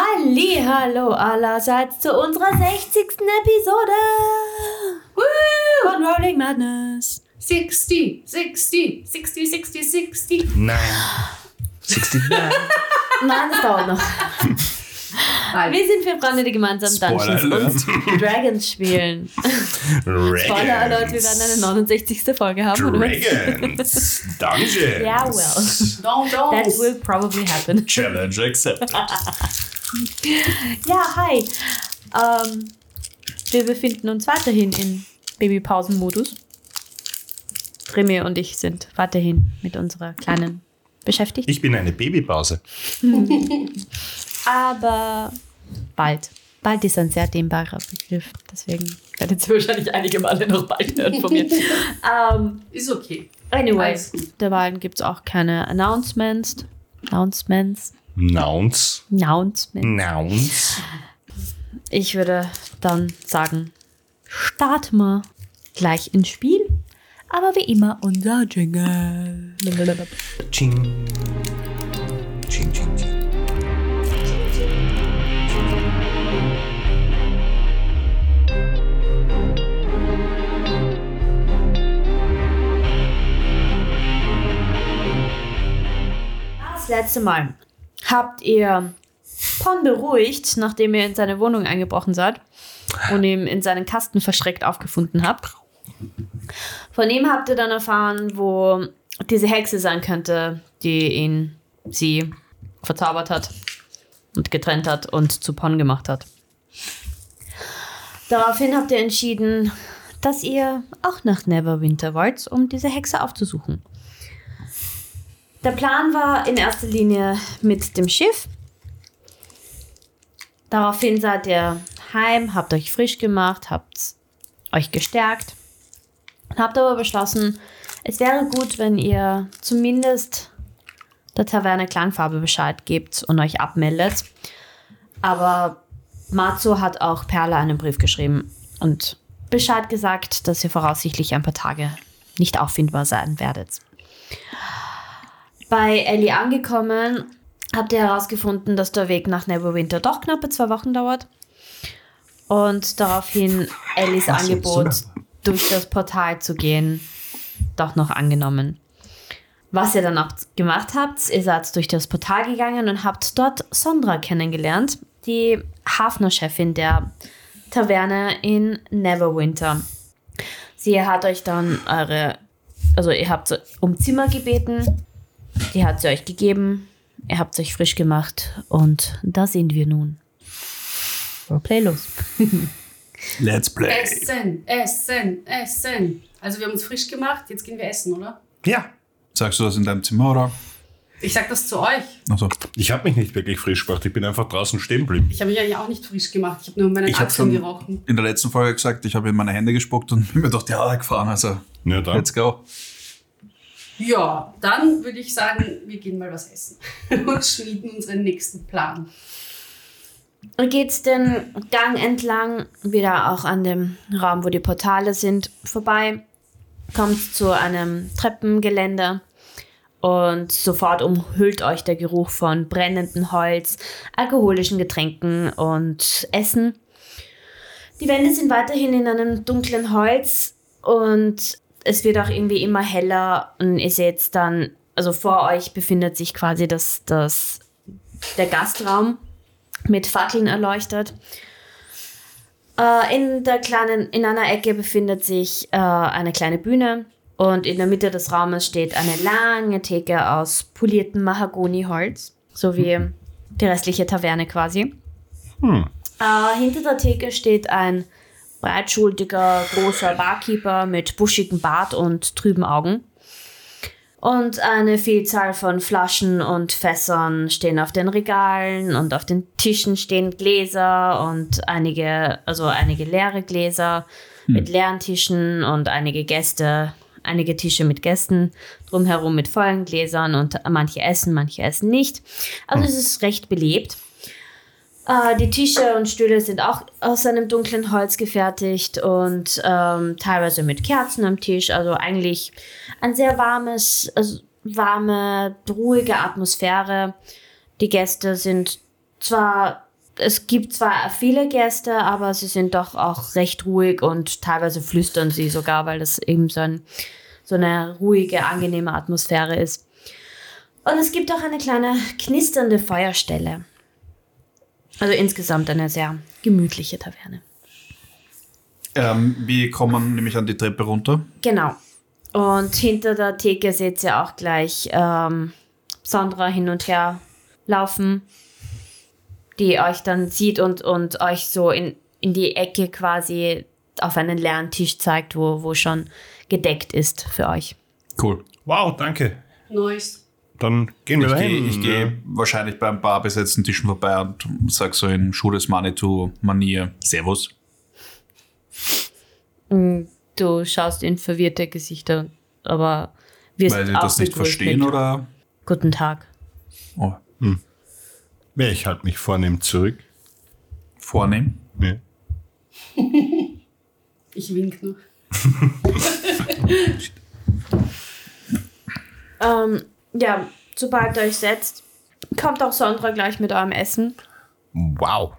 Halli, hallo allerseits zu unserer 60. Episode Woo! von Rolling Madness. 60, 60, 60, 60, 60. Nein. 69. Nein, das dauert noch. Nein. Wir sind vier Freunde, die gemeinsam Dungeons Spoiler und Dragons spielen. Spoiler Alert, wir werden eine 69. Folge haben. oder was? Dragons. Dungeons. Ja, well. Don't, don't. That will probably happen. Challenge accepted. Ja, hi. Ähm, wir befinden uns weiterhin in Babypausenmodus. Remy und ich sind weiterhin mit unserer Kleinen beschäftigt. Ich bin eine Babypause. Aber bald. Bald ist ein sehr dehnbarer Begriff. Deswegen werdet ihr wahrscheinlich einige Male noch bald hören von mir. ähm, Ist okay. anyway. Alles gut. Derweilen gibt es auch keine Announcements. Announcements. Nouns. Hm. Announcements. Nouns. Ich würde dann sagen, starten wir gleich ins Spiel. Aber wie immer unser Jingle. Ching. Ching, ching, ching. Das letzte Mal habt ihr Pon beruhigt, nachdem ihr in seine Wohnung eingebrochen seid und ihn in seinen Kasten verschreckt aufgefunden habt. Von ihm habt ihr dann erfahren, wo diese Hexe sein könnte, die ihn, sie verzaubert hat und getrennt hat und zu Pon gemacht hat. Daraufhin habt ihr entschieden, dass ihr auch nach Neverwinter wollt, um diese Hexe aufzusuchen. Der Plan war in erster Linie mit dem Schiff. Daraufhin seid ihr heim, habt euch frisch gemacht, habt euch gestärkt. Habt aber beschlossen, es wäre gut, wenn ihr zumindest der Taverne Klangfarbe Bescheid gebt und euch abmeldet. Aber Matsu hat auch Perle einen Brief geschrieben und Bescheid gesagt, dass ihr voraussichtlich ein paar Tage nicht auffindbar sein werdet. Bei Ellie angekommen, habt ihr herausgefunden, dass der Weg nach Neverwinter doch knappe zwei Wochen dauert. Und daraufhin Ellies Was jetzt, Angebot, oder? durch das Portal zu gehen, doch noch angenommen. Was ihr dann auch gemacht habt, ihr seid durch das Portal gegangen und habt dort Sondra kennengelernt, die Hafnerchefin der Taverne in Neverwinter. Sie hat euch dann eure, also ihr habt um Zimmer gebeten, die hat sie euch gegeben, ihr habt euch frisch gemacht und da sind wir nun. Roleplay los. Let's play. Essen, essen, essen. Also wir haben uns frisch gemacht, jetzt gehen wir essen, oder? Ja. Sagst du das in deinem Zimmer oder? Ich sag das zu euch. Also, Ich habe mich nicht wirklich frisch gemacht. Ich bin einfach draußen stehen geblieben. Ich habe mich eigentlich auch nicht frisch gemacht. Ich habe nur meine ich habe Aktien schon gerochen. in der letzten Folge gesagt, ich habe in meine Hände gespuckt und bin mir durch die Haare gefahren. Also, Na dann. let's go. Ja, dann würde ich sagen, wir gehen mal was essen und schmieden unseren nächsten Plan. geht's den Gang entlang, wieder auch an dem Raum, wo die Portale sind, vorbei, kommt zu einem Treppengeländer und sofort umhüllt euch der Geruch von brennendem Holz, alkoholischen Getränken und Essen. Die Wände sind weiterhin in einem dunklen Holz und es wird auch irgendwie immer heller und ihr seht dann, also vor euch befindet sich quasi das, das, der Gastraum mit Fackeln erleuchtet. Äh, in, der kleinen, in einer Ecke befindet sich äh, eine kleine Bühne und in der Mitte des Raumes steht eine lange Theke aus poliertem Mahagoniholz, so wie die restliche Taverne quasi. Hm. Äh, hinter der Theke steht ein breitschultiger, großer Barkeeper mit buschigem Bart und trüben Augen. Und eine Vielzahl von Flaschen und Fässern stehen auf den Regalen und auf den Tischen stehen Gläser und einige, also einige leere Gläser mit leeren Tischen und einige Gäste, einige Tische mit Gästen, drumherum mit vollen Gläsern und manche essen, manche essen nicht. Also es ist recht belebt. Äh, die Tische und Stühle sind auch aus einem dunklen Holz gefertigt und ähm, teilweise mit Kerzen am Tisch. Also eigentlich ein sehr warmes, also warme, ruhige Atmosphäre. Die Gäste sind zwar, es gibt zwar viele Gäste, aber sie sind doch auch recht ruhig und teilweise flüstern sie sogar, weil das eben so, ein, so eine ruhige, angenehme Atmosphäre ist. Und es gibt auch eine kleine knisternde Feuerstelle. Also insgesamt eine sehr gemütliche Taverne. Ähm, wir kommen nämlich an die Treppe runter. Genau. Und hinter der Theke seht ihr auch gleich ähm, Sandra hin und her laufen, die euch dann sieht und, und euch so in, in die Ecke quasi auf einen leeren Tisch zeigt, wo, wo schon gedeckt ist für euch. Cool. Wow, danke. Neues. Dann gehen wir Ich dahin. gehe ich geh wahrscheinlich bei ein paar besetzten Tischen vorbei und sag so in Schules Manitou-Manier Servus. Und Mm, du schaust in verwirrte Gesichter, aber wir Weil sie das nicht verstehen, oder? Guten Tag. Oh, Ja, ich halte mich vornehm zurück. vornehm. Ja. Ich wink noch. Ähm, ja, sobald ihr euch setzt, kommt auch Sandra gleich mit eurem Essen. Wow.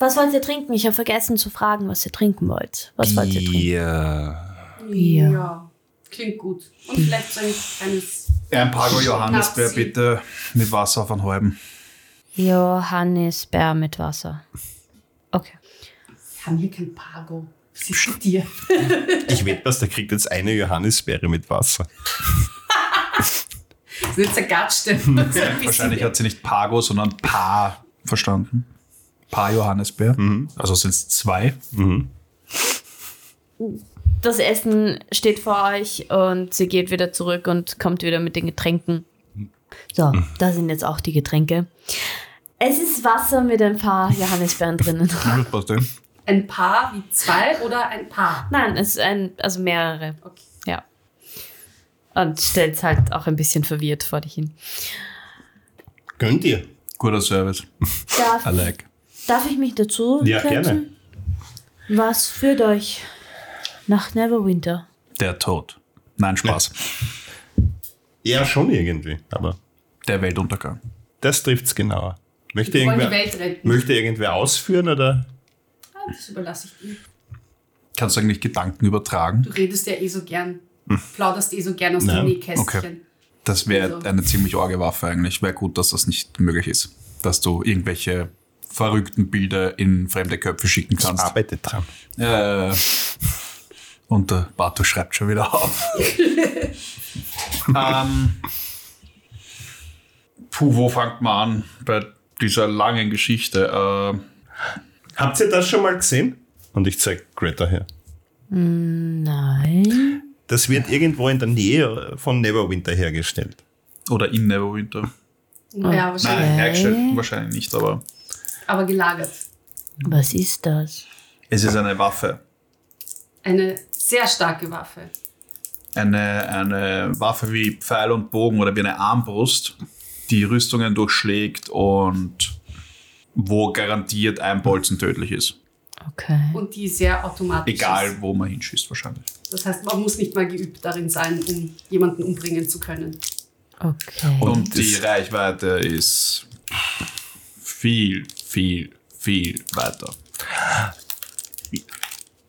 Was wollt ihr trinken? Ich habe vergessen zu fragen, was ihr trinken wollt. Was wollt ihr trinken? Ja. Ja. Klingt gut. Und vielleicht so ein kleines. Ein Pago Johannisbeer Napsi. bitte mit Wasser auf einen halben. Johannisbeer mit Wasser. Okay. Wir haben hier kein Pago. Was ist mit dir? Ich wette, was der kriegt jetzt eine Johannisbeere mit Wasser. Das ist jetzt der Gatschte. So ein bisschen. Wahrscheinlich hat sie nicht Pago, sondern Paar verstanden. Paar Johannisbeer. Also sind es zwei. Das Essen steht vor euch und sie geht wieder zurück und kommt wieder mit den Getränken. So, da sind jetzt auch die Getränke. Es ist Wasser mit ein paar Johannisbeeren drinnen. Passt eh. Ein Paar wie zwei oder ein Paar? Nein, es ist ein, also mehrere. Okay. Ja. Und stellt halt auch ein bisschen verwirrt vor dich hin. Gönnt ihr? Guter Service. Darf, I like. darf ich mich dazu? Ja, setzen? gerne. Was führt euch nach Neverwinter? Der Tod. Nein, Spaß. Ja, schon irgendwie. Aber Der Weltuntergang. das trifft's genauer. Möchte Wir wollen die irgendwer, Welt retten. möchte irgendwer ausführen oder? Ah, Das überlasse ich dir. Kannst du eigentlich Gedanken übertragen? Du redest ja eh so gern. Hm. Plauderst eh so gern aus Nein. dem Nähkästchen. Das wäre Also. eine ziemlich orge Waffe eigentlich. Wäre gut, dass das nicht möglich ist. Dass du irgendwelche verrückten Bilder in fremde Köpfe schicken kannst. Arbeitet dran. Äh, und der Bartu schreibt schon wieder auf. ähm, puh, wo fängt man an bei dieser langen Geschichte? Ähm, Habt ihr das schon mal gesehen? Und ich zeig Greta her. Nein. Das wird irgendwo in der Nähe von Neverwinter hergestellt. oder in Neverwinter? Ja, wahrscheinlich. Nein, hergestellt wahrscheinlich nicht, aber Aber gelagert. Was ist das? es ist eine Waffe. Eine sehr starke Waffe. Eine, eine Waffe wie Pfeil und Bogen oder wie eine Armbrust, die Rüstungen durchschlägt und wo garantiert ein Bolzen tödlich ist. Okay. Und die sehr automatisch Egal, wo man hinschießt wahrscheinlich. ist. Das heißt, man muss nicht mal geübt darin sein, um jemanden umbringen zu können. Okay. Und, Und die das- Reichweite ist viel, viel, viel weiter.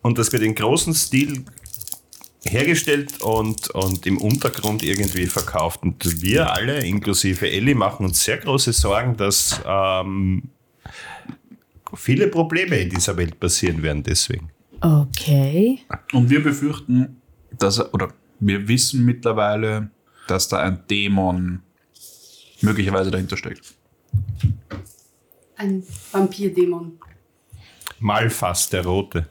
Und das wird in großem Stil hergestellt und, und im Untergrund irgendwie verkauft. Und wir alle, inklusive Ellie, machen uns sehr große Sorgen, dass ähm, viele Probleme in dieser Welt passieren werden deswegen. Okay. Und wir befürchten, dass, oder wir wissen mittlerweile, dass da ein Dämon möglicherweise dahinter steckt. Ein Vampirdämon, Malfas, der Rote.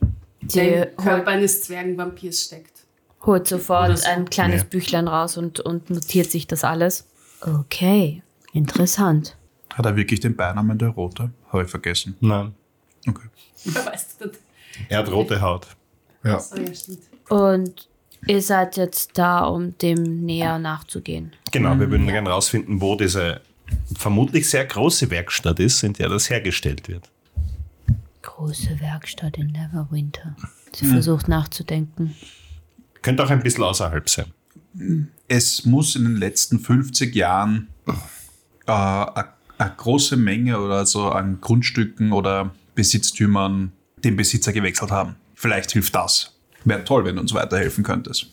Sie der holt, im Körper eines Zwergenvampirs steckt. holt sofort so. ein kleines Ja. Büchlein raus und, und notiert sich das alles. Okay. Interessant. Hat er wirklich den Beinamen der Rote? Habe ich vergessen. Nein. Okay. Wer weiß das? Er hat rote Haut. Ja. So, ja, stimmt. Und ihr seid jetzt da, um dem näher nachzugehen. Genau, wir würden gerne rausfinden, wo diese vermutlich sehr große Werkstatt ist, in der das hergestellt wird. Große Werkstatt in Hm. Neverwinter. Sie versucht nachzudenken. Könnte auch ein bisschen außerhalb sein. Es muss in den letzten 50 Jahren äh, ein eine große Menge oder so an Grundstücken oder Besitztümern den Besitzer gewechselt haben. Vielleicht hilft das. Wäre toll, wenn du uns weiterhelfen könntest.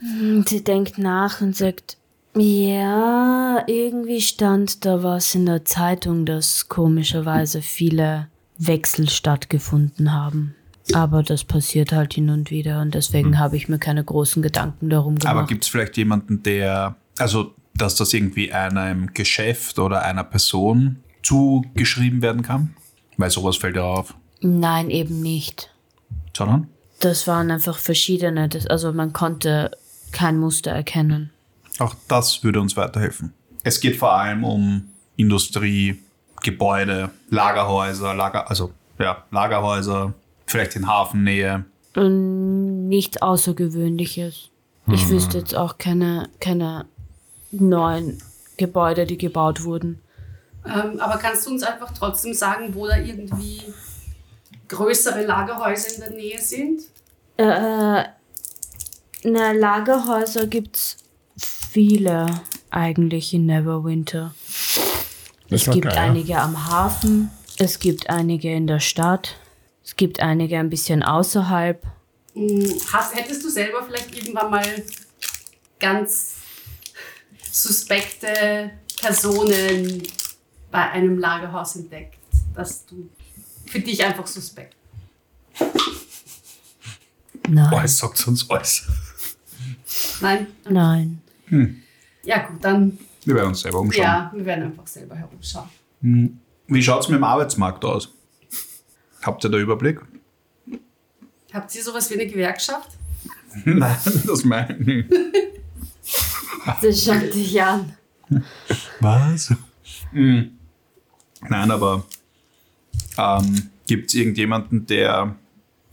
Und sie denkt nach und sagt, ja, irgendwie stand da was in der Zeitung, dass komischerweise viele Wechsel stattgefunden haben. Aber das passiert halt hin und wieder und deswegen habe ich mir keine großen Gedanken darum gemacht. Aber gibt es vielleicht jemanden, der, also dass das irgendwie einem Geschäft oder einer Person zugeschrieben werden kann? Weil sowas fällt ja auf. Nein, eben nicht. Sondern? Das waren einfach verschiedene, das, also man konnte kein Muster erkennen. Auch das würde uns weiterhelfen. Es geht vor allem um Industrie, Gebäude, Lagerhäuser, Lager, also ja, Lagerhäuser, vielleicht in Hafennähe. Und nichts Außergewöhnliches. Ich wüsste jetzt auch keine, keine neuen Gebäude, die gebaut wurden. Ähm, aber kannst du uns einfach trotzdem sagen, wo da irgendwie größere Lagerhäuser in der Nähe sind? Äh, na, Lagerhäuser gibt's viele eigentlich in Neverwinter. Das Es war gibt geil, ja. einige am Hafen, es gibt einige in der Stadt, es gibt einige ein bisschen außerhalb. Hm, Hast, hättest du selber vielleicht irgendwann mal ganz suspekte Personen bei einem Lagerhaus entdeckt, dass du für dich einfach suspekt? Oh, Nein, Alles sagt uns alles. Nein? nein. Ja gut, dann Wir werden uns selber umschauen. ja, wir werden einfach selber herumschauen. Wie schaut es mit dem Arbeitsmarkt aus? Habt ihr da Überblick? Habt ihr sowas wie eine Gewerkschaft? Nein, das meine ich. Das schaut dich an. Was? Nein, aber ähm, gibt es irgendjemanden, der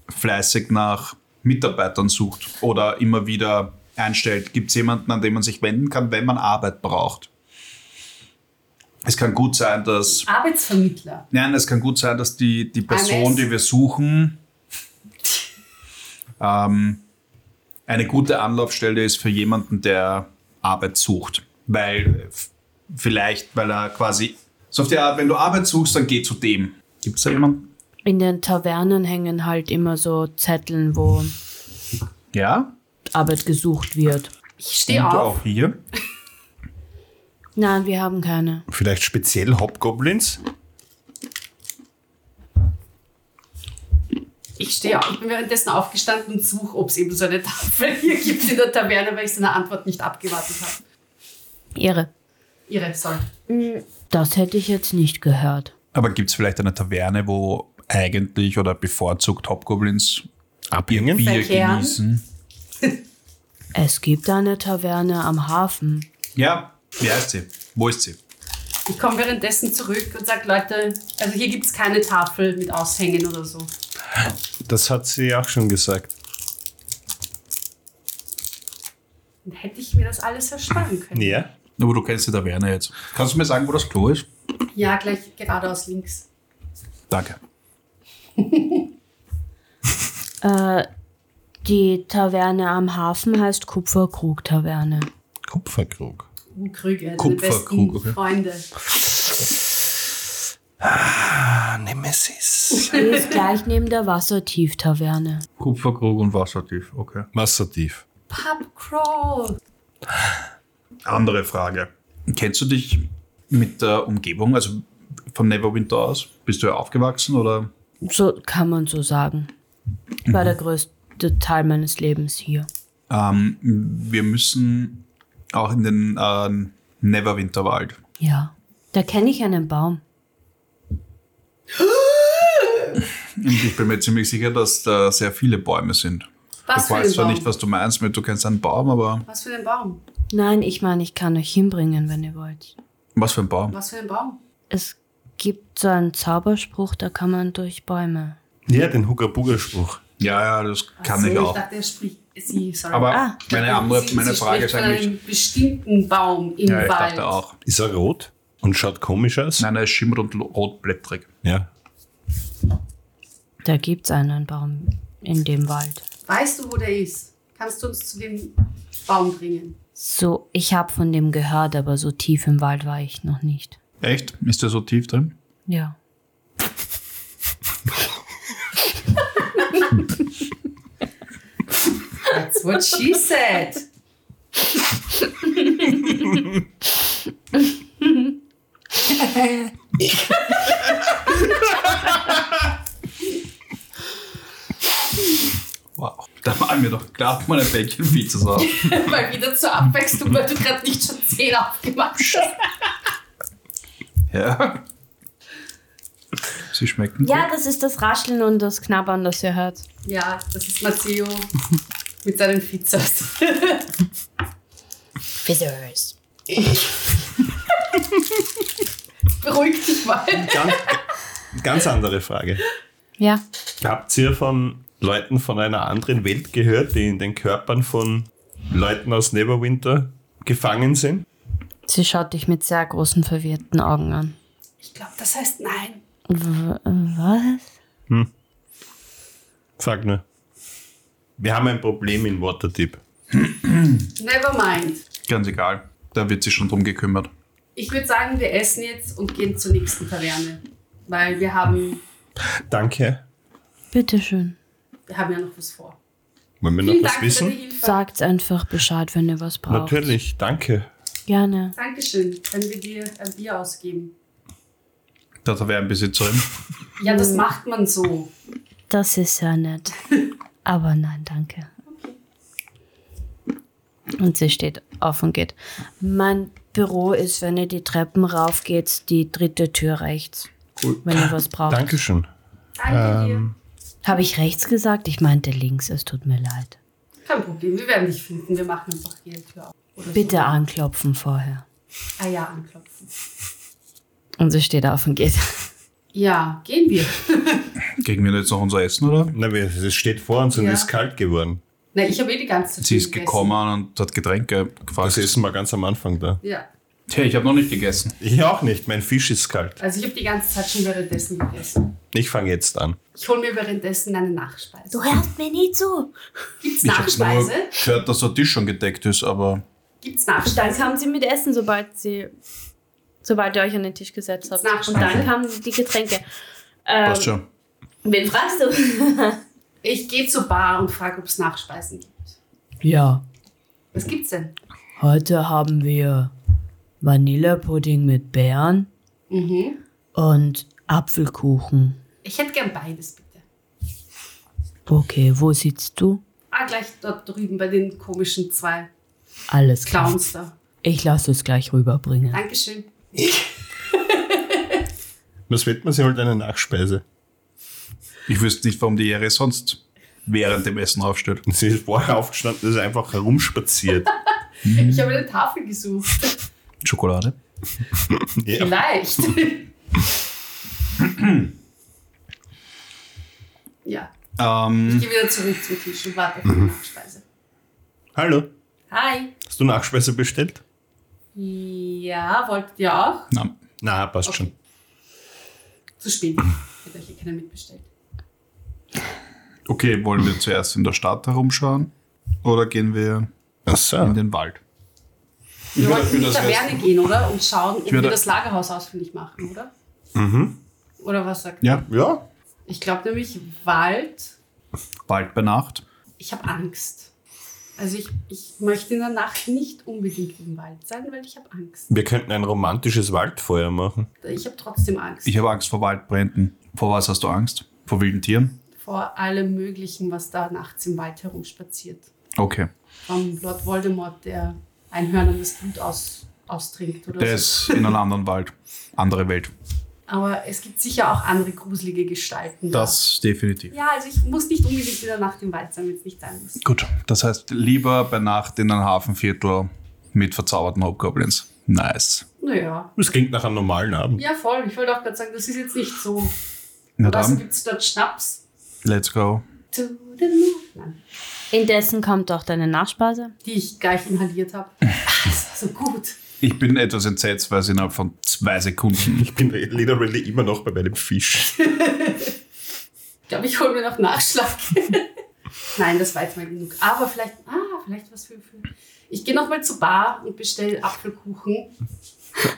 fleißig nach Mitarbeitern sucht oder immer wieder einstellt? Gibt es jemanden, an den man sich wenden kann, wenn man Arbeit braucht? Es kann gut sein, dass. Arbeitsvermittler. Nein, es kann gut sein, dass die, Ah, die Person, AMS. die wir suchen, ähm, eine gute Anlaufstelle ist für jemanden, der Arbeit sucht. Weil f- vielleicht, weil er quasi so auf die Art, wenn du Arbeit suchst, dann geh zu dem. Gibt es da jemanden? In den Tavernen hängen halt immer so Zetteln, wo Ja. Arbeit gesucht wird. Ich stehe Und auf. auch hier. Nein, wir haben keine. Vielleicht speziell Hobgoblins? Ich stehe auf. Ich bin währenddessen aufgestanden und suche, ob es eben so eine Tafel hier gibt in der Taverne, weil ich seine Antwort nicht abgewartet habe. Irre. Ihre, sorry. Das hätte ich jetzt nicht gehört. Aber gibt es vielleicht eine Taverne, wo eigentlich oder bevorzugt Hobgoblins ihr Abhängen? Bier Verkehren. genießen? Es gibt eine Taverne am Hafen. Ja. Wie heißt sie? Wo ist sie? Ich komme währenddessen zurück und sage, Leute, also hier gibt es keine Tafel mit Aushängen oder so. Das hat sie auch schon gesagt. Und hätte ich mir das alles ersparen können. Ja? Aber du kennst die Taverne jetzt. Kannst du mir sagen, wo das Klo ist? Ja, gleich geradeaus links. Danke. Die Taverne am Hafen heißt Kupferkrug-Taverne. Kupferkrug. Uh, Krüge, meine Kupferkrug, besten okay. Freunde. Ah, Nemesis. Die ist gleich neben der Wassertief-Taverne. Kupferkrug und Wassertief, okay. Wassertief. Pubcrawl. Andere Frage. Kennst du dich mit der Umgebung, also von Neverwinter aus? Bist du ja aufgewachsen oder? So kann man so sagen. War der größte Teil meines Lebens hier. Ähm, wir müssen auch in den äh, Neverwinterwald. Ja. Da kenne ich einen Baum. Und ich bin mir ziemlich sicher, dass da sehr viele Bäume sind. Was ich für weiß ein zwar Baum? nicht, was du meinst mit, du kennst einen Baum, aber Was für ein Baum? Nein, ich meine, ich kann euch hinbringen, wenn ihr wollt. was für ein Baum? Was für ein Baum? Es gibt so einen Zauberspruch, da kann man durch Bäume. Ja, den Hugger-Bugger-Spruch. Ja, ja, das kann Ach so, ich auch. dachte, er spricht. Sie, sorry. aber Ah. meine, andere, Sie, meine sie Frage spricht ist von eigentlich. einem bestimmten Baum im Ja, ich Wald. dachte auch. Ist er rot und schaut komisch aus? Nein, er ist schimmert und lo- rotblättrig. Ja. Da gibt's einen Baum in dem Wald. Weißt du, wo der ist? Kannst du uns zu dem Baum bringen? So, ich habe von dem gehört, aber so tief im Wald war ich noch nicht. Echt? Ist der so tief drin? Ja. That's what she said. Wow. Da waren wir doch klar mal ein Bäckchen Pizzas auf. Mal wieder zur Abwechslung, weil du gerade nicht schon 10 aufgemacht hast. Ja. Sie schmecken Ja, gut. das ist das Rascheln und das Knabbern, das ihr hört. Ja, das ist Matteo mit seinen Pizzas. Fizzers. Beruhig dich mal. Ganz, ganz andere Frage. Ja. Habt ihr von Leuten von einer anderen Welt gehört, die in den Körpern von Leuten aus Neverwinter gefangen sind? Sie schaut dich mit sehr großen, verwirrten Augen an. Ich glaube, das heißt nein. W was? Sag nur. Wir haben ein Problem in Waterdeep. Never mind. Ganz egal. Da wird sich schon drum gekümmert. Ich würde sagen, wir essen jetzt und gehen zur nächsten Taverne. Weil wir haben, Danke. Bitteschön. wir haben ja noch was vor. Wollen wir noch Vielen was Dank für deine wissen? Hilfe. Sagt's einfach Bescheid, wenn ihr was braucht. Natürlich, danke. Gerne. Dankeschön. Können wir dir ein Bier ausgeben? Da wäre ein Besitzerin. Ja, das macht man so. Das ist ja nett. Aber nein, danke. Und sie steht auf und geht. Mein Büro ist, wenn ihr die Treppen raufgeht, die dritte Tür rechts. Cool. Wenn ihr was braucht. Dankeschön. Danke Habe ich rechts gesagt? Ich meinte links, es tut mir leid. dir. Kein Problem, wir werden dich finden. Wir machen einfach jede Tür auf. Oder so. Bitte anklopfen vorher. Ah ja, anklopfen. Und sie steht auf und geht. Ja, gehen wir. Kriegen wir jetzt noch unser Essen, oder? Na, wir- es steht vor uns und Ja. ist kalt geworden. Na, ich habe eh die ganze Zeit Sie ist gegessen. gekommen und hat Getränke Das gefragt. essen wir Also ganz am Anfang da. Ja, Tja, ich habe noch nicht gegessen. Ich auch nicht, mein Fisch ist kalt. also ich habe die ganze Zeit schon währenddessen gegessen. Ich fange jetzt an. Ich hole mir währenddessen eine Nachspeise. hörst mir nie zu. Gibt's Ich habe nur Nachspeise? gehört, dass der Tisch schon gedeckt ist, aber Gibt's Dann Nachspeise? kam sie mit Essen, sobald sie, sobald ihr euch an den Tisch gesetzt habt. Nachspeise. Und dann kamen die Getränke. Ähm. passt schon. Wen fragst du? Ich gehe zur Bar und frage, ob es Nachspeisen gibt. Ja, Was gibt's denn? heute haben wir Vanillepudding mit Beeren Mhm. und Apfelkuchen. Ich hätte gern beides, bitte. Okay, wo sitzt du? Ah, gleich dort drüben bei den komischen zwei Alles klar. Clowns da. Ich lasse es gleich rüberbringen. Dankeschön. Was wird man sich halt eine Nachspeise? Ich wüsste nicht, warum die Jere sonst während dem Essen aufsteht. Und sie ist vorher aufgestanden, ist einfach herumspaziert. Ich habe eine Tafel gesucht. Schokolade? ja. Vielleicht. ja, ich Ähm, gehe wieder zurück zum Tisch und warte auf die Nachspeise. Hallo, Hi. hast du Nachspeise bestellt? Ja, wolltet ihr auch? na, Na, passt Okay. schon. Zu spät. Hat euch hier keiner mitbestellt. okay, wollen wir zuerst in der Stadt herumschauen oder gehen wir Ach in so. den Wald? Wir bin wollten in die dafür, dass wir- Taverne gehen, oder? Und schauen, ob bin wir da- das Lagerhaus ausfindig machen, oder? Mhm. Oder was sagt Ja, Ja, Ich glaube nämlich Wald. Wald bei Nacht. Ich habe Angst. Also ich, ich möchte in der Nacht nicht unbedingt im Wald sein, weil ich habe Angst. wir könnten ein romantisches Waldfeuer machen. Ich habe trotzdem Angst. Ich habe Angst vor Waldbränden. Vor was hast du Angst? Vor wilden Tieren? vor allem Möglichen, was da nachts im Wald herumspaziert. Okay. Vom Lord Voldemort, der Einhörnern das Blut aus, austrinkt oder Der so. ist in einem anderen Wald. Andere Welt. Aber es gibt sicher auch andere gruselige Gestalten. da. Das definitiv. Ja, also ich muss nicht unbedingt in der Nacht im Wald sein, wenn es nicht sein muss. Gut, das heißt, lieber bei Nacht in einem Hafenviertel mit verzauberten Hobgoblins. Nice. Naja. Das klingt nach einem normalen Abend. Ja, voll. Ich wollte auch gerade sagen, das ist jetzt nicht so. Na Und also dann, gibt es dort Schnaps. let's go. To the moon. Nein, Indessen kommt auch deine Nachspeise. die ich gleich inhaliert habe. Das war so gut. Ich bin etwas entsetzt, weil es innerhalb von zwei Sekunden. Ich bin literally immer noch bei meinem Fisch. Ich glaube, ich hole mir noch Nachschlag. Nein, das war jetzt mal genug. Aber vielleicht, ah, vielleicht was für, für. Ich gehe nochmal zur Bar und bestelle Apfelkuchen.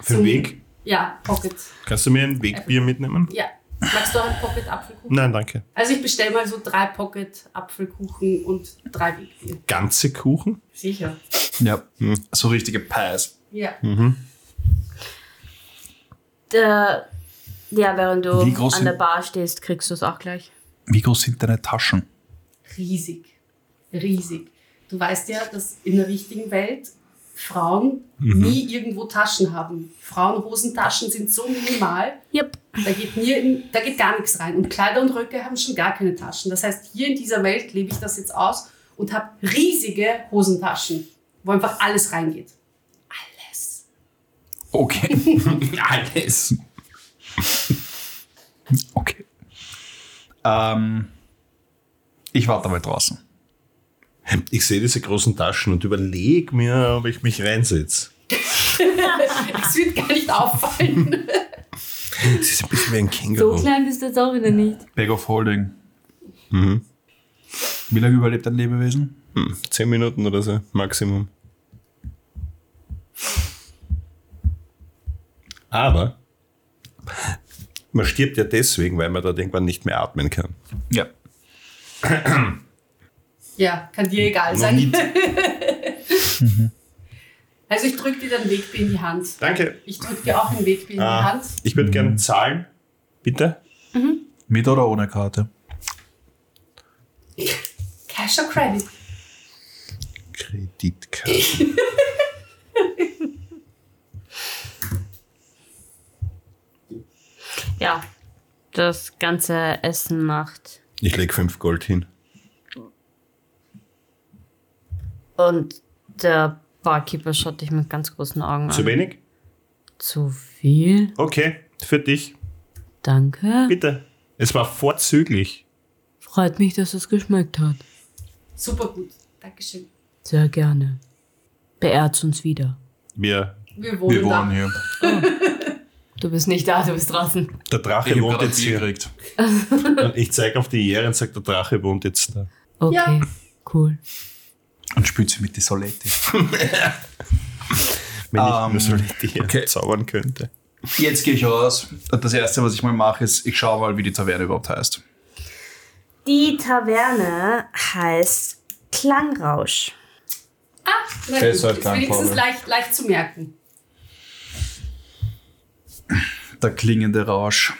Für den Weg? Ja, Pocket. Kannst du mir ein Wegbier mitnehmen? Ja. Magst du auch einen Pocket Apfelkuchen? Nein, danke. Also ich bestelle mal so drei Pocket Apfelkuchen und drei Wegbier. Ganze Kuchen? Sicher. Ja, so richtige Pies. Ja. Der, ja, während du Wie groß an der sind- Bar stehst, kriegst du es auch gleich. Wie groß sind deine Taschen? Riesig. Riesig. Du weißt ja, dass in der richtigen Welt Frauen Mhm. nie irgendwo Taschen haben. Frauenhosentaschen sind so minimal, Yep. da geht, nie in, da geht gar nichts rein. Und Kleider und Röcke haben schon gar keine Taschen. Das heißt, hier in dieser Welt lebe ich das jetzt aus und habe riesige Hosentaschen, wo einfach alles reingeht. Alles. Okay. Alles. Okay. Ähm, ich warte mal draußen. Ich sehe diese großen Taschen und überlege mir, ob ich mich reinsetze. Es wird gar nicht auffallen. Das ist ein bisschen wie ein So Genau. Känguru. klein bist du jetzt auch wieder nicht. Bag of Holding. Wie lange überlebt ein Lebewesen? Hm, Zehn Minuten oder so, Maximum. Aber man stirbt ja deswegen, weil man da irgendwann nicht mehr atmen kann. Ja. Ja, kann dir egal Noch sein. nie- Also ich drücke dir dann Wegbier in die Hand. Danke. Ich drücke dir auch den Wegbier in die Ah, Hand. Ich würde gerne zahlen. Bitte? Mit oder ohne Karte? Cash or Credit? Kreditkarte. Ja. Das ganze Essen macht. Ich lege fünf Gold hin. Und der Barkeeper schaut dich mit ganz großen Augen Zu an. wenig? Zu viel? Okay, für dich. Danke. Bitte. Es war vorzüglich. Freut mich, dass es geschmeckt hat. Super gut. Dankeschön. Sehr gerne. Beehrt uns wieder. Wir, Wir wohnen, da. hier. Du bist nicht da, du bist draußen. der Drache Ich wohnt habe jetzt hier. jetzt gekriegt. Ich zeige auf die Jähre und sage, der Drache wohnt jetzt da. Okay, Ja. cool. Und spielt sie mit die Soletti. Wenn Ähm, ich nur so die Jähre okay. zaubern könnte. Jetzt gehe ich raus. Das erste, was ich mal mache, ist, ich schaue mal, wie die Taverne überhaupt heißt. Die Taverne heißt Klangrausch. Ah, Na gut, Der ist ist halt kein wenigstens Problem. leicht, leicht zu merken. Der klingende Rausch.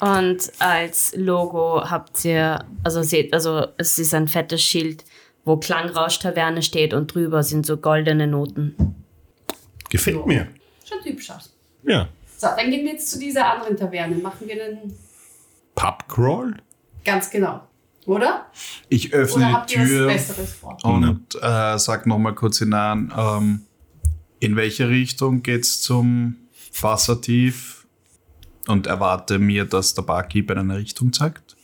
Und als Logo habt ihr, also seht, also es ist ein fettes Schild, wo Klangrausch Taverne steht und drüber sind so goldene Noten. Gefällt Ja. mir. Schaut hübsch aus. Ja. So, dann gehen wir jetzt zu dieser anderen Taverne. Machen wir einen Pubcrawl? ganz genau. Oder? Ich öffne Oder habt die ihr was Tür Besseres vor? und äh, sag nochmal kurz hinein, ähm, in welche Richtung geht's zum Wassertief? Und erwarte mir, dass der Barkeeper in eine Richtung zeigt.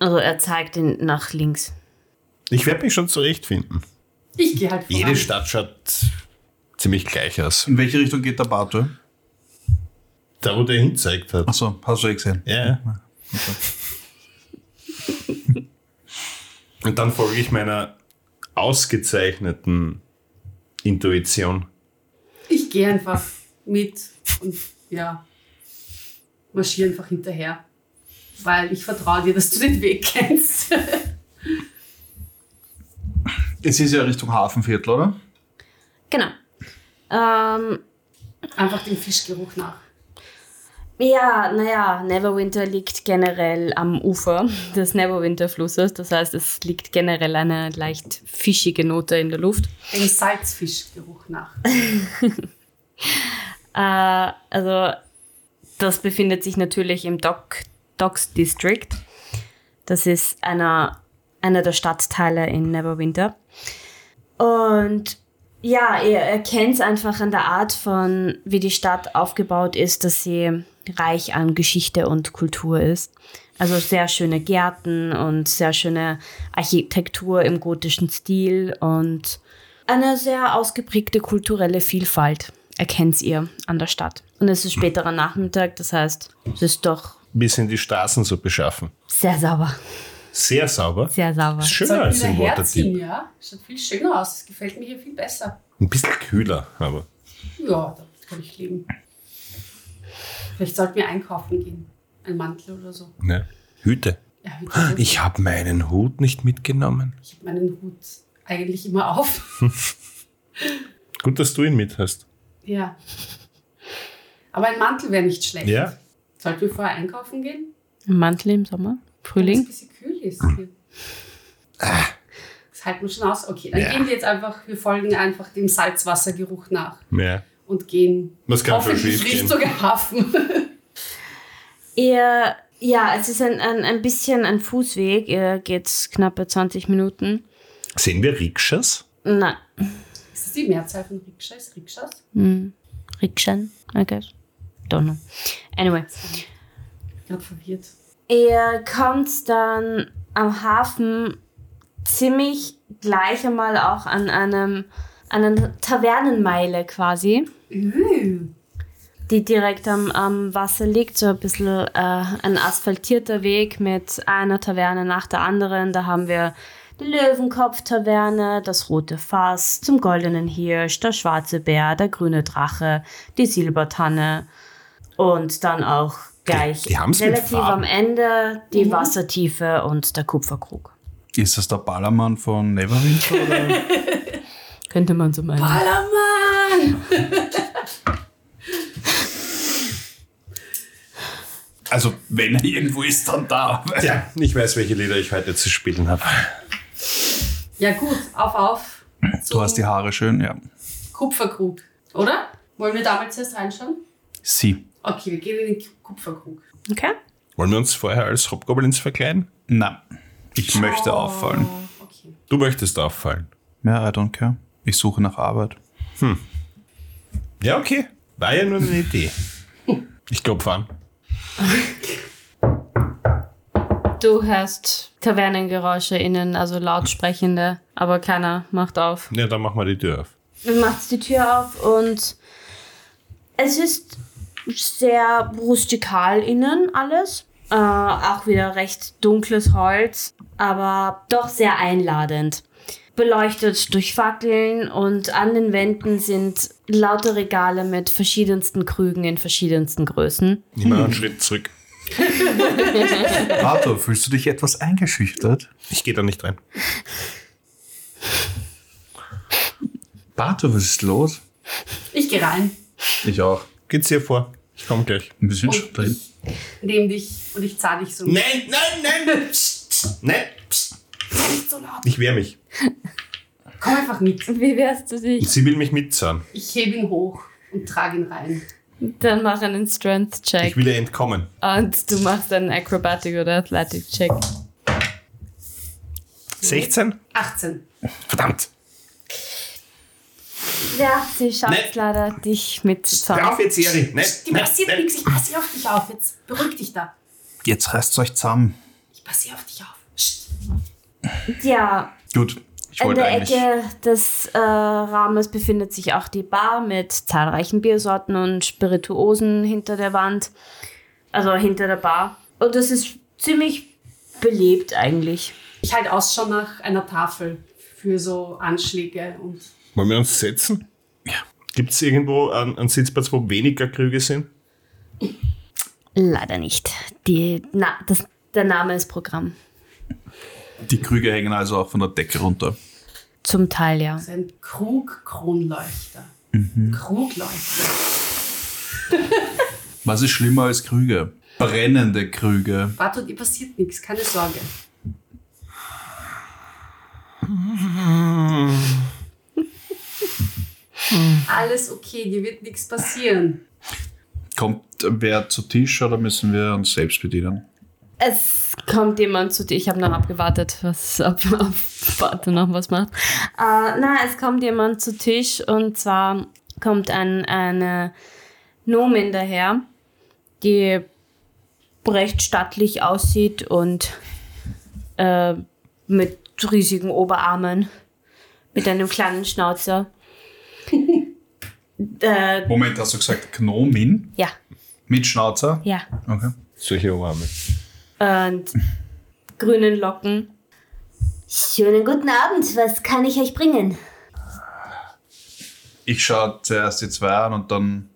Also er zeigt ihn nach links. Ich werde mich schon zurechtfinden. Ich gehe halt voran. Jede Stadt schaut ziemlich gleich aus. In welche Richtung geht der Bartür? Da, wo der hinzeigt hat. Achso, hast du eh gesehen. Ja. Und dann folge ich meiner ausgezeichneten Intuition. Ich gehe einfach mit und ja, marschiere einfach hinterher. Weil ich vertraue dir, dass du den Weg kennst. Es ist ja Richtung Hafenviertel, oder? Genau. Ähm, einfach dem Fischgeruch nach. Ja, naja, Ah, Neverwinter liegt generell am Ufer des Neverwinter-Flusses. Das heißt, es liegt generell eine leicht fischige Note in der Luft. Dem Salzfischgeruch nach. Äh, also, das befindet sich natürlich im Dock, Docks District. Das ist einer, einer der Stadtteile in Neverwinter. Und ja, ihr erkennt es einfach an der Art von, wie die Stadt aufgebaut ist, dass sie reich an Geschichte und Kultur ist. Also sehr schöne Gärten und sehr schöne Architektur im gotischen Stil und eine sehr ausgeprägte kulturelle Vielfalt erkennt ihr an der Stadt. Und es ist späterer Nachmittag, das heißt, es ist doch Bis in die Straßen so beschaffen. sehr sauber. Sehr sauber. Sehr sauber. Ist schöner Sollten als wir im herziehen, Waterdeep. ja? Schaut viel schöner aus. Es gefällt mir hier viel besser. Ein bisschen kühler, aber. Ja, damit kann ich leben. Vielleicht sollten wir einkaufen gehen. Ein Mantel oder so. Ne? Hüte. Ja, Hüte. Ich habe meinen Hut nicht mitgenommen. ich habe meinen Hut eigentlich immer auf. Gut, dass du ihn mit hast. ja. Aber ein Mantel wäre nicht schlecht. Ja? Sollten wir vorher einkaufen gehen? Ein Mantel im Sommer? Wenn es ein Frühling? bisschen kühl ist Hm. hier. Das halten wir schon aus. Okay, dann Ja. gehen wir jetzt einfach, wir folgen einfach dem Salzwassergeruch nach Ja. und gehen. Was kann schon Hoffentlich schief riecht gehen? sogar Hafen. Ihr, ja, es ist ein, ein, ein bisschen ein Fußweg. Ihr geht knappe 20 Minuten. Sehen wir Rikschas? Nein. Ist das die Mehrzahl von Rikschas? Rikschas? Hm. Rikschen, I guess. Don't know. Anyway. Ich bin verwirrt. Ihr kommt dann am Hafen ziemlich gleich einmal auch an einem an einer Tavernenmeile quasi, die direkt am, am Wasser liegt, so ein bisschen äh, ein asphaltierter Weg mit einer Taverne nach der anderen. Da haben wir die Löwenkopf-Taverne, das rote Fass, zum goldenen Hirsch, der schwarze Bär, der grüne Drache, die Silbertanne und dann auch gleich die haben's mit relativ am Farben. Ende die Mhm. Wassertiefe und der Kupferkrug. Ist das der Ballermann von Neverwinter? oder? Könnte man so meinen. Ballermann! also, wenn er irgendwo ist, dann da. Ja, ich weiß, welche Lieder ich heute zu spielen habe. Ja gut, auf, auf. Du hast die Haare schön, ja. Kupferkrug, oder? Wollen wir damals erst reinschauen? Sie. Okay, wir gehen in den Kupferkrug. Okay. Wollen wir uns vorher als Hobgoblins verkleiden? Na, ich möchte auffallen. Okay. Du möchtest auffallen. Ja, I don't care. Ich suche nach Arbeit. Ja, okay. War ja nur eine Idee. Ich klopfe an. Du hörst Tavernengeräusche innen, also laut sprechende, aber keiner macht auf. Ja, dann machen wir die Tür auf. Macht die Tür auf und es ist sehr rustikal innen alles. Äh, auch wieder recht dunkles Holz, aber doch sehr einladend. Beleuchtet durch Fackeln und an den Wänden sind lauter Regale mit verschiedensten Krügen in verschiedensten Größen. Ich mache einen Schritt zurück. Arthur, fühlst du dich etwas eingeschüchtert? Ich gehe da nicht rein. Barto, was ist los? Ich gehe rein, Ich auch. Geht's dir vor? Ich komme gleich. Ein bisschen schon drin. nehme dich und ich zahle dich so. Nein, nein, nein! Psst, psst, nein! Psst. Nicht so laut. Ich wehr mich. Komm einfach mit. Wie wärst du dich? Sie will mich mitzahlen. Ich hebe ihn hoch und trage ihn rein. Dann mach einen Strength-Check. Ich will ihr entkommen. Und du machst einen Acrobatic oder Athletic Check. 16? 18. Verdammt! Ja, sie schafft Nee. leider, dich mitzuzahlen. Hör auf jetzt, Eri! Nein, Die nein, passiert nein. nichts, ich passe auf dich auf. Jetzt beruhig dich da. Jetzt reißt euch zusammen. Ich passe auf dich auf. Psst. Ja, Gut, ich An wollte der eigentlich. Ecke des äh, Rahmens befindet sich auch die Bar mit zahlreichen Biersorten und Spirituosen hinter der Wand, also hinter der Bar. Und es ist ziemlich belebt eigentlich. Ich halte Ausschau nach einer Tafel für so Anschläge und Wollen wir uns setzen? Ja. Gibt es irgendwo einen, einen Sitzplatz, wo weniger Krüge sind? Leider nicht. Die, na, das, der Name ist Programm. Die Krüge hängen also auch von der Decke runter. Zum Teil ja. so ein Krug-Kronleuchter. Krugleuchter. Was ist schlimmer als Krüge? Brennende Krüge. Warte, dir passiert nichts, keine Sorge. Alles okay, dir wird nichts passieren. Kommt wer zu Tisch oder müssen wir uns selbst bedienen? Es kommt jemand zu dir. Ich habe noch abgewartet, was ab, ab Bartu noch was macht. Äh, na, es kommt jemand zu Tisch und zwar kommt ein, eine Nomin daher, die recht stattlich aussieht und äh, mit riesigen Oberarmen, mit einem kleinen Schnauzer. äh, Moment, hast du gesagt Gnomin? ja, Mit Schnauzer? ja. Okay. Solche Ohrarme. Und grünen Locken. Schönen guten Abend, was kann ich euch bringen? Ich schaue zuerst die zwei an und dann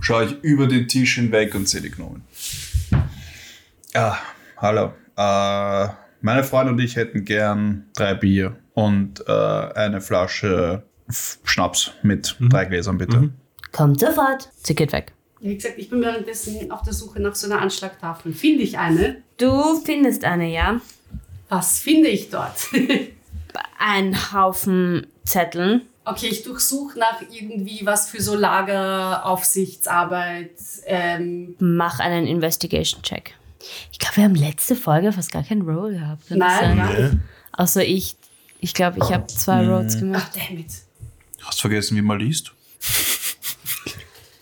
schaue ich über den Tisch hinweg und sehe die Gnomen. Ah, hallo. Äh, meine Freundin und ich hätten gern drei Bier und äh, eine Flasche F- Schnaps mit drei Gläsern, bitte. Kommt sofort. Sie geht weg. Wie gesagt, ich bin währenddessen auf der Suche nach so einer Anschlagtafel. Finde ich eine? Du findest eine, ja? Was finde ich dort? Ein Haufen Zetteln. Okay, ich durchsuche nach irgendwie was für so Lageraufsichtsarbeit. Ähm, Mach einen Investigation-Check. Ich glaube, wir haben letzte Folge fast gar keinen Roll gehabt. kann das nein, sein? nein. Außer ich. Ich glaube, ich habe zwei Rolls gemacht. Ach, damn it. Hast vergessen, wie man liest?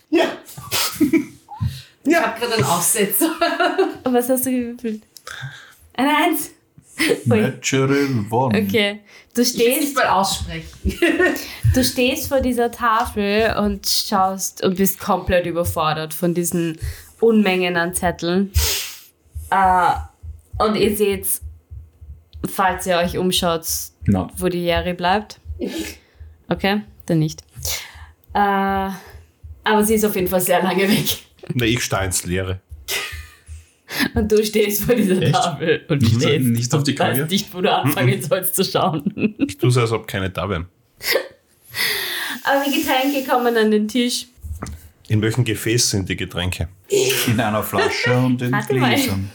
Ja. Ich habe gerade einen Aufsetzer. Was hast du gewürfelt? Eine Eins. Ui. Natural One. Okay. Du Ich will es nicht stehst, mal aussprechen. du stehst vor dieser Tafel und schaust und bist komplett überfordert von diesen Unmengen an Zetteln. Äh, und ihr seht, falls ihr euch umschaut, Na, wo die Jerry bleibt. Okay, dann nicht. Äh, aber sie ist auf jeden Fall sehr lange weg. Na, ich stehe ins Leere. Und du stehst vor dieser Echt? Tafel und Nicht- stehst nicht auf die und weißt Kugel? nicht, wo du anfangen sollst zu schauen. Ich tue es, als ob keine da wären. Aber die Getränke kommen an den Tisch. In welchem Gefäß sind die Getränke? in einer Flasche und in Warte mal. Gläsern.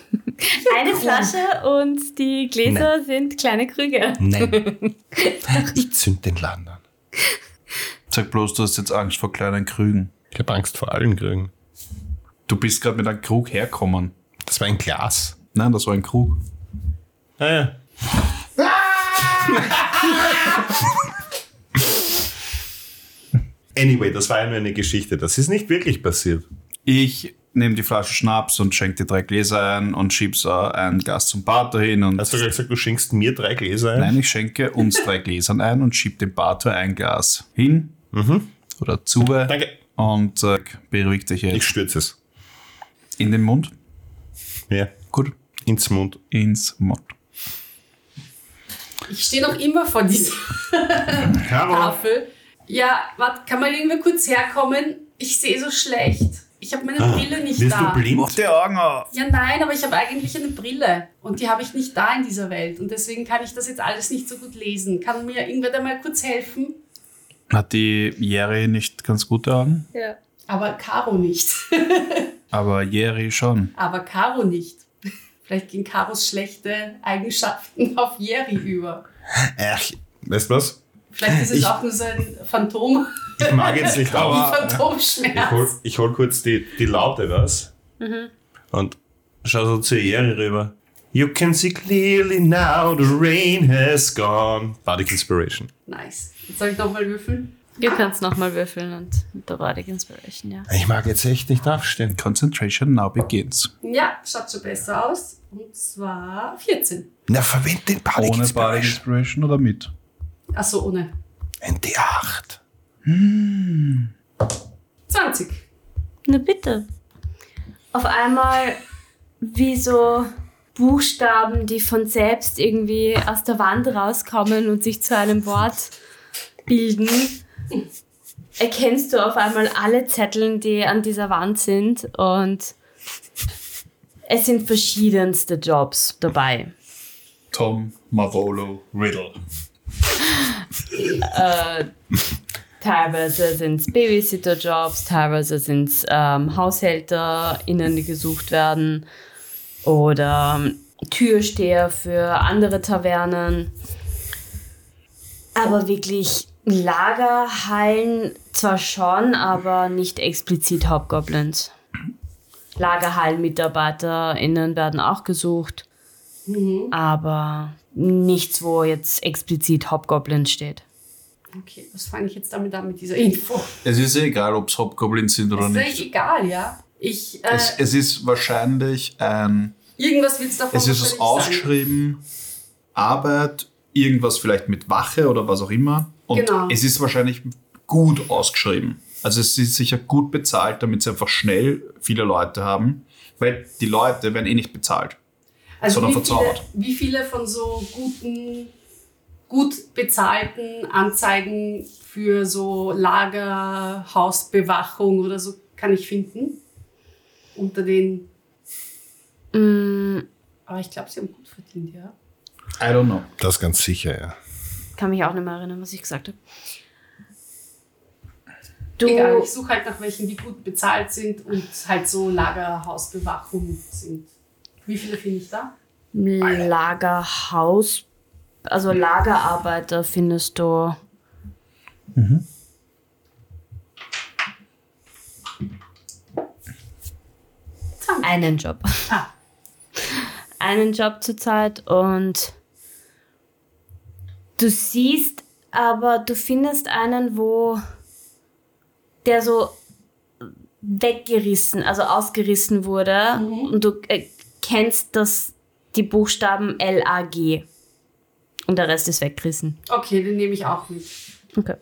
Eine Flasche und die Gläser sind kleine Krüge. Hm. Nein. ich zünd den Laden an. Sag bloß, du hast jetzt Angst vor kleinen Krügen. Ich habe Angst vor allen Krügen. Du bist gerade mit einem Krug herkommen. Das war ein Glas. Nein, das war ein Krug. Naja. Anyway, das war ja nur eine Geschichte. Das ist nicht wirklich passiert. Ich nehme die Flasche Schnaps und schenke die drei Gläser ein und schieb's äh, ein Glas zum Bartor hin. Und Hast du gerade gesagt, du schenkst mir drei Gläser ein? Nein, ich schenke uns drei Gläsern ein und schieb dem Bartor ein Glas hin. Oder zu. Danke. Und äh, beruhig dich Ich jetzt. stürze es. In den Mund. Ja. Gut. Ins Mund. Ins Mund. Ich stehe noch immer vor dieser Caro. Tafel. Ja, warte, kann man irgendwer kurz herkommen? Ich sehe so schlecht. Ich habe meine Brille nicht Wirst da. Ah, du blind? die Augen auf. ja, nein, aber ich habe eigentlich eine Brille und die habe ich nicht da in dieser Welt und deswegen kann ich das jetzt alles nicht so gut lesen. Kann mir irgendwer da mal kurz helfen? Hat die Jerry nicht ganz gute Augen? Aber Caro nicht. Aber Jerry schon. Aber Caro nicht. Vielleicht gehen Karos schlechte Eigenschaften auf Jerry über. Ach, weißt du was? Vielleicht ist es Ich- auch nur so ein Phantom, Ich mag jetzt nicht, aber ich hol, Phantomschmerz. ich hol kurz die, die Laute raus und schau so zur Ehre rüber. You can see clearly now the rain has gone. Bardic Inspiration. Nice. Jetzt soll ich nochmal würfeln? Du kannst nochmal würfeln und mit der Bardic Inspiration, ja. Ich mag jetzt echt nicht aufstehen. Concentration now begins. Ja, schaut schon besser aus. Und zwar 14. Na, verwend den Bardic Ohne Bardic Inspiration. Inspiration oder mit? Achso, ohne. Ein D8. 20. Na bitte. Auf einmal wie so Buchstaben, die von selbst irgendwie aus der Wand rauskommen und sich zu einem Wort bilden, erkennst du auf einmal alle Zetteln, die an dieser Wand sind und es sind verschiedenste Jobs dabei. Tom Marvolo Riddle. Teilweise sind es Babysitter-Jobs, teilweise sind es ähm, HaushälterInnen, die gesucht werden oder ähm, Türsteher für andere Tavernen. Aber wirklich Lagerhallen zwar schon, aber nicht explizit Hobgoblins. LagerhallenmitarbeiterInnen werden auch gesucht, aber nichts, wo jetzt explizit Hobgoblins steht. Okay, was fange ich jetzt damit an mit dieser Info? Es ist eh egal, ob es Hobgoblins sind oder ist nicht. eigentlich egal, ja? Ich, äh, Es, es ist wahrscheinlich ein. irgendwas willst du davon Es ist wahrscheinlich was sagen. ausgeschrieben, Arbeit, irgendwas vielleicht mit Wache oder was auch immer. Und Genau. es ist wahrscheinlich gut ausgeschrieben. Also es ist sicher gut bezahlt, damit sie einfach schnell viele Leute haben, weil die Leute werden eh nicht bezahlt. Also Sondern wie viele, verzaubert. wie viele von so guten, gut bezahlten Anzeigen für so Lager, Hausbewachung oder so kann ich finden? Unter den. Aber ich glaube, sie haben gut verdient, ja. I don't know. Das ganz sicher, ja. Kann mich auch nicht mehr erinnern, was ich gesagt habe. Du, Egal, ich suche halt nach welchen, die gut bezahlt sind und halt so Lager, Hausbewachung sind. Wie viele finde ich da? Lagerhaus, also Lagerarbeiter findest du. Einen Job. Ah. Einen Job zurzeit und du siehst, aber du findest einen, wo der so weggerissen, also ausgerissen wurde Mhm. und du äh, kennst das, die Buchstaben L-A-G und der Rest ist weggerissen. Okay, den nehme ich auch mit. Okay.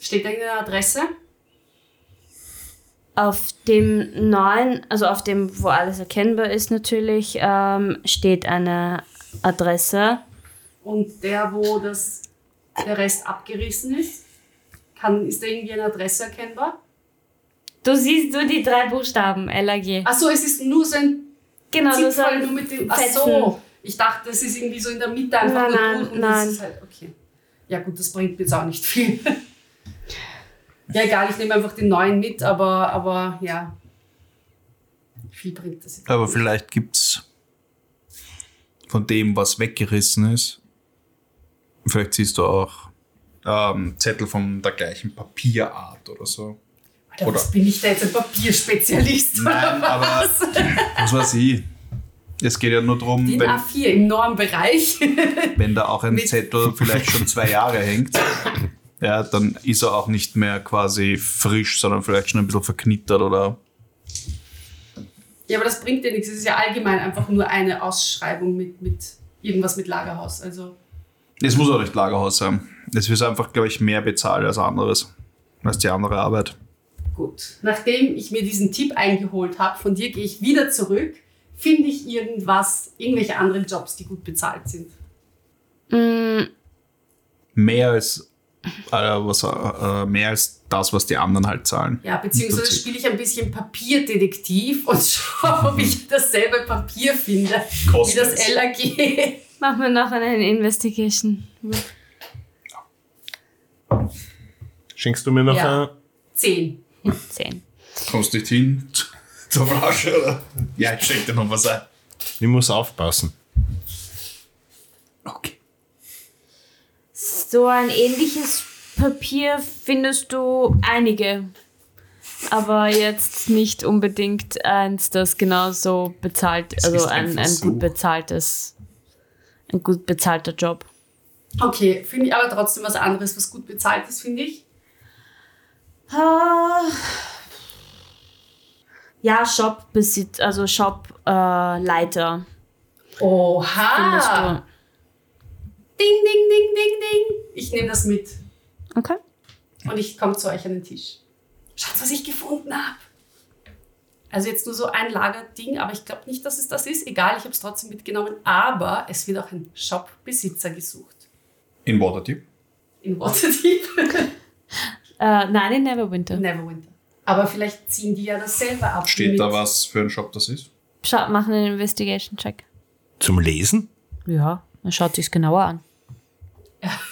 Steht da irgendeine Adresse? Auf dem neuen, also auf dem, wo alles erkennbar ist natürlich, ähm, steht eine Adresse. Und der, wo das, der Rest abgerissen ist, kann, ist da irgendwie eine Adresse erkennbar? Du siehst nur die drei Buchstaben, L-A-G. Achso, es ist nur so ein Genau, also das Zipfel, war Ah, nur mit dem. Fetzen. Achso, ich dachte, das ist irgendwie so in der Mitte einfach Nein, nein, nur durch und nein. das ist halt, okay. Ja, gut, das bringt mir jetzt auch nicht viel. ja, egal, ich nehme einfach den neuen mit, aber, aber ja. Viel bringt das jetzt. Aber vielleicht gibt's von dem, was weggerissen ist, vielleicht siehst du auch ähm, Zettel von der gleichen Papierart oder so. Alter, Oder- was bin ich da jetzt ein Papierspezialist? Nein, oder aber- was? Was weiß ich. Es geht ja nur darum, Den wenn, A4 im Normbereich. wenn da auch ein Mit- Zettel vielleicht schon zwei Jahre hängt, ja, dann ist er auch nicht mehr quasi frisch, sondern vielleicht schon ein bisschen verknittert oder. Ja, aber das bringt ja nichts. Es ist ja allgemein einfach nur eine Ausschreibung mit, mit irgendwas mit Lagerhaus. Also, Es muss auch nicht Lagerhaus sein. Es wird einfach, glaube ich, mehr bezahlt als anderes. Als die andere Arbeit. gut. Nachdem ich mir diesen Tipp eingeholt habe, von dir gehe ich wieder zurück, finde ich irgendwas, irgendwelche anderen Jobs, die gut bezahlt sind. Mehr als, äh, was, äh, mehr als das, was die anderen halt zahlen. Ja, beziehungsweise Prinzip. spiele ich ein bisschen Papierdetektiv und schaue, ob ich dasselbe Papier finde wie das LAG. Machen wir noch einen Investigation. Schenkst du mir noch Ja. ein. Zehn. Zehn. Kommst nicht hin zur Flasche, oder? Ja, ich schenke dir noch was ein. Ich muss aufpassen. Okay. So ein ähnliches Papier findest du einige. Aber jetzt nicht unbedingt eins, das genauso bezahlt, also ist ein ein, ein Versuch. gut bezahltes, ein gut bezahlter Job. Okay, finde ich aber trotzdem was anderes, was gut bezahlt ist, finde ich. Ah. Ja, Shop besitzt, also Shop äh, Leiter findest Oha! Ding, ding, ding, ding, ding. Ich nehme das mit. du. Okay. Und ich komme zu euch an den Tisch. Schaut, was ich gefunden habe. Also jetzt nur so ein Lagerding, aber ich glaube nicht, dass es das ist. Egal, ich habe es trotzdem mitgenommen. Aber es wird auch ein Shop-Besitzer gesucht. In Waterdeep. In Waterdeep. Äh, nein, in Neverwinter. Neverwinter. Aber vielleicht ziehen die ja dasselbe ab. Steht mit- da was für ein Shop das ist? Scha machen einen Investigation-Check. Zum Lesen? Ja, dann schaut sich's genauer an.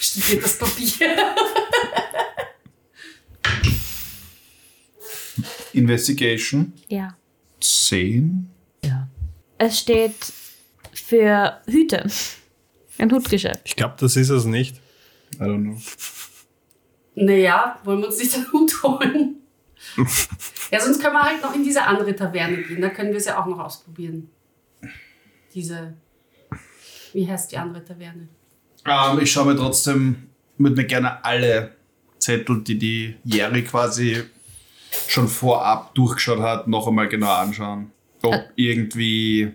Studiert das Papier. Investigation. Ja. 10. Es steht für Hüte. Ein Hutgeschäft. Ich glaube, das ist es nicht. I don't know. Naja, wollen wir uns nicht den Hut holen? ja, sonst können wir halt noch in diese andere Taverne gehen. Da können wir es ja auch noch ausprobieren. Diese. Wie heißt die andere Taverne? Ähm, ich schaue mir trotzdem, würde mir gerne alle Zettel, die die Jerry quasi schon vorab durchgeschaut hat, noch einmal genau anschauen. Ob irgendwie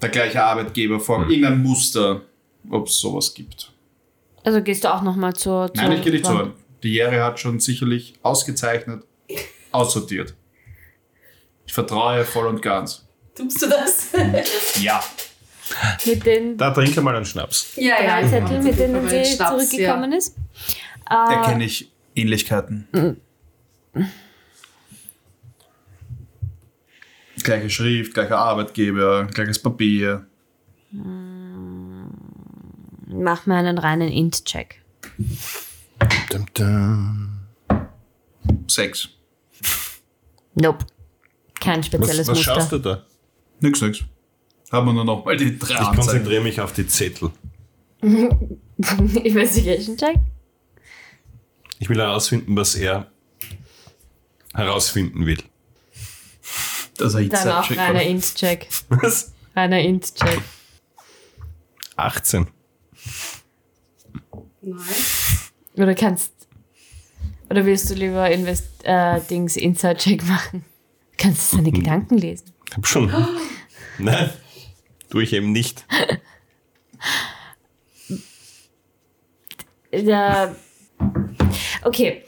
der gleiche Arbeitgeber vor irgendein Muster, ob es sowas gibt. Also gehst du auch nochmal zur, zur. Nein, ich gehe nicht zu. Die Jerry hat schon sicherlich ausgezeichnet, aussortiert. Ich vertraue voll und ganz. Tust du das? Ja. Mit den Da trinke mal einen Schnaps. ja, drei Zetteln, mit denen sie Schnaps, zurückgekommen ist. Erkenne ich Ähnlichkeiten. Gleiche Schrift, gleicher Arbeitgeber, gleiches Papier. Mach mir einen reinen Int-Check. Sex. Nope. Kein spezielles Was, was schaust Muster. du da? Nix, nix. Haben wir nur noch mal die drei Ich Anzeigen. konzentriere mich auf die Zettel. Investigation-Check? Ich will herausfinden, was er herausfinden will. Das ist ein Dann auch Zeitcheck, reiner oder? Int-Check. Was? Reiner Int-Check. 18. Nein. Oder kannst. Oder willst du lieber Invest, äh, Dings Inside-Check machen? Kannst du seine Gedanken lesen? Ich hab schon. Nein, tue ich eben nicht. Ja. Okay.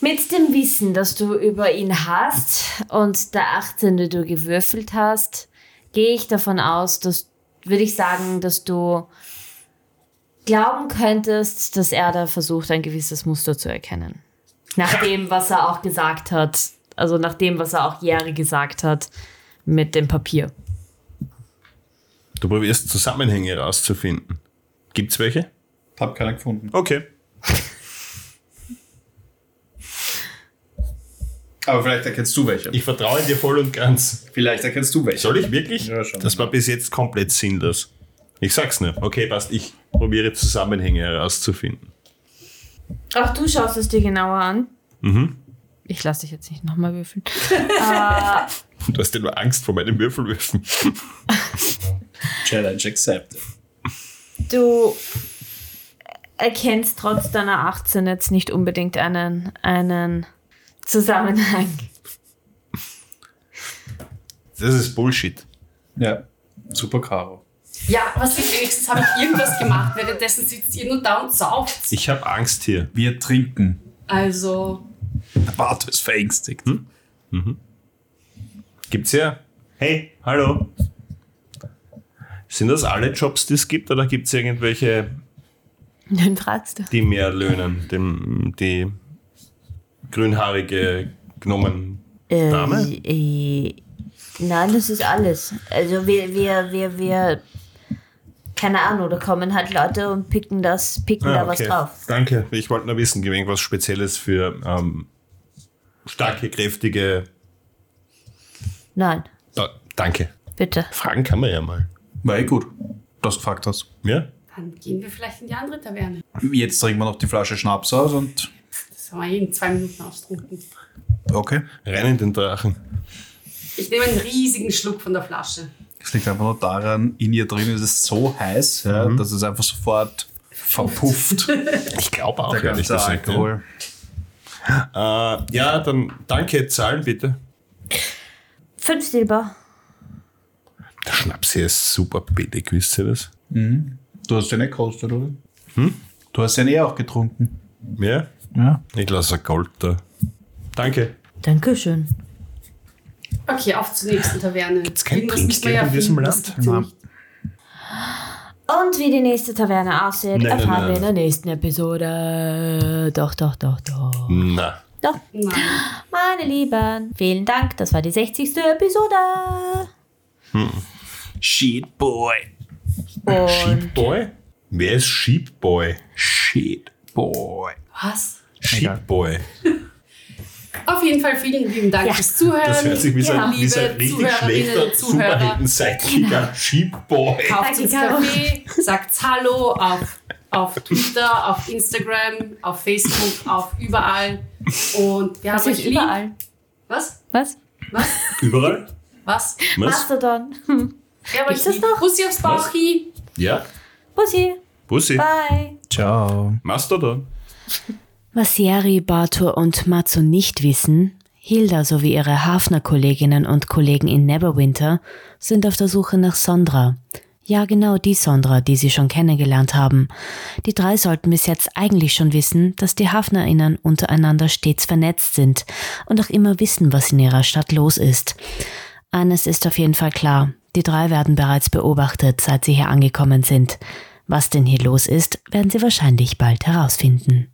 Mit dem Wissen, das du über ihn hast und der 18, die du gewürfelt hast, gehe ich davon aus, dass, würde ich sagen, dass du glauben könntest, dass er da versucht, ein gewisses Muster zu erkennen. Nach dem, was er auch gesagt hat, also nach dem, was er auch Jere gesagt hat mit dem Papier. Du probierst Zusammenhänge herauszufinden. Gibt's welche? Hab keiner gefunden. Okay. Aber vielleicht erkennst du welche. Ich vertraue dir voll und ganz. vielleicht erkennst du welche. Soll ich wirklich? Ja, schon. Das war bis jetzt komplett sinnlos. Ich sag's nur. Okay, passt. Ich probiere Zusammenhänge herauszufinden. Auch du schaust es dir genauer an. Mhm. Ich lasse dich jetzt nicht nochmal würfeln. Du hast ja nur Angst vor meinen Würfelwürfen. Challenge accepted. Du erkennst trotz deiner 18 jetzt nicht unbedingt einen, einen Zusammenhang. Das ist Bullshit. Ja. Super Caro. Ja, was ich wenigstens habe ich irgendwas gemacht. Währenddessen sitzt ihr nur da und sauft. Ich habe Angst hier. Wir trinken. Hm? Also, Der Bart ist verängstigt. Gibt's her? Hey, hallo. Sind das alle Jobs, die es gibt, oder gibt's irgendwelche, Dann fragst du. die mehr löhnen? Dem, die grünhaarige Gnomen. Dame? Äh, nein, das ist alles. Also wir, wir, wir, wir, keine Ahnung, da kommen halt Leute und picken das, picken Ah, da was drauf. Danke. Ich wollte nur wissen, gibt irgendwas Spezielles für ähm, starke, kräftige. Nein, Da, danke. bitte. Fragen kann man ja mal. War eh gut, dass du gefragt hast. Ja? dann gehen wir vielleicht in die andere Taverne. Jetzt trinken wir noch die Flasche Schnaps aus und. Das haben wir jeden zwei Minuten austrunken. Okay. Rein in den Drachen. Ich nehme einen riesigen Schluck von der Flasche. Es liegt einfach nur daran, in ihr drin ist es so heiß, ja, Mhm. dass es einfach sofort verpufft. Ich glaube auch, Der ehrlich ganze gesagt. Ja. Alkohol. Äh, ja, dann danke, Zahlen bitte. Fünf Silber. Der Schnaps hier ist super billig, wisst ihr das? Du hast den eh gekostet, oder? Du hast den eh auch getrunken. Hm? Ja? Ja. Ich lasse ein Gold da. Danke. Dankeschön. Okay, auf zur nächsten Taverne. Gibt's kein Irgendwas muss man Trinkgeld in diesem finden, Land? das gibt's ja Nein. nicht. Und wie die nächste Taverne aussieht, Nein, nein, erfahren nein, wir in der nächsten Episode. Doch, doch, doch, doch. Na. Doch, Nein. meine Lieben, vielen Dank. Das war die 60. Episode. Shit, boy. Und Sheepboy? Wer ist Sheepboy? Shit, boy. Was? Sheepboy. Auf jeden Fall vielen lieben Dank fürs Zuhören. Das hört sich wie so ein, Liebe wie so ein richtig Zuhörerinnen, schlechter Zuhörer. Superhelden-Seitiger Sheepboy. Kauft uns Danke, Caro. Kaffee, sagt Hallo auf, auf Twitter, auf Instagram, auf Facebook, auf überall. Und wir was haben euch ist lieb. überall? Was? Was? Überall? Was? Was? Mastodon. Wir haben euch Gibt's das lieb. noch? Bussi aufs Bauchi. Ja? Bussi. Bussi. Bye. Ciao. Mastodon. Was Jari, Bartur und Matzo nicht wissen, Hilda sowie ihre Hafner-Kolleginnen und Kollegen in Neverwinter sind auf der Suche nach Sondra. Ja, genau die Sondra, die sie schon kennengelernt haben. Die drei sollten bis jetzt eigentlich schon wissen, dass die Hafnerinnen untereinander stets vernetzt sind und auch immer wissen, was in ihrer Stadt los ist. Eines ist auf jeden Fall klar. Die drei werden bereits beobachtet, seit sie hier angekommen sind. Was denn hier los ist, werden sie wahrscheinlich bald herausfinden.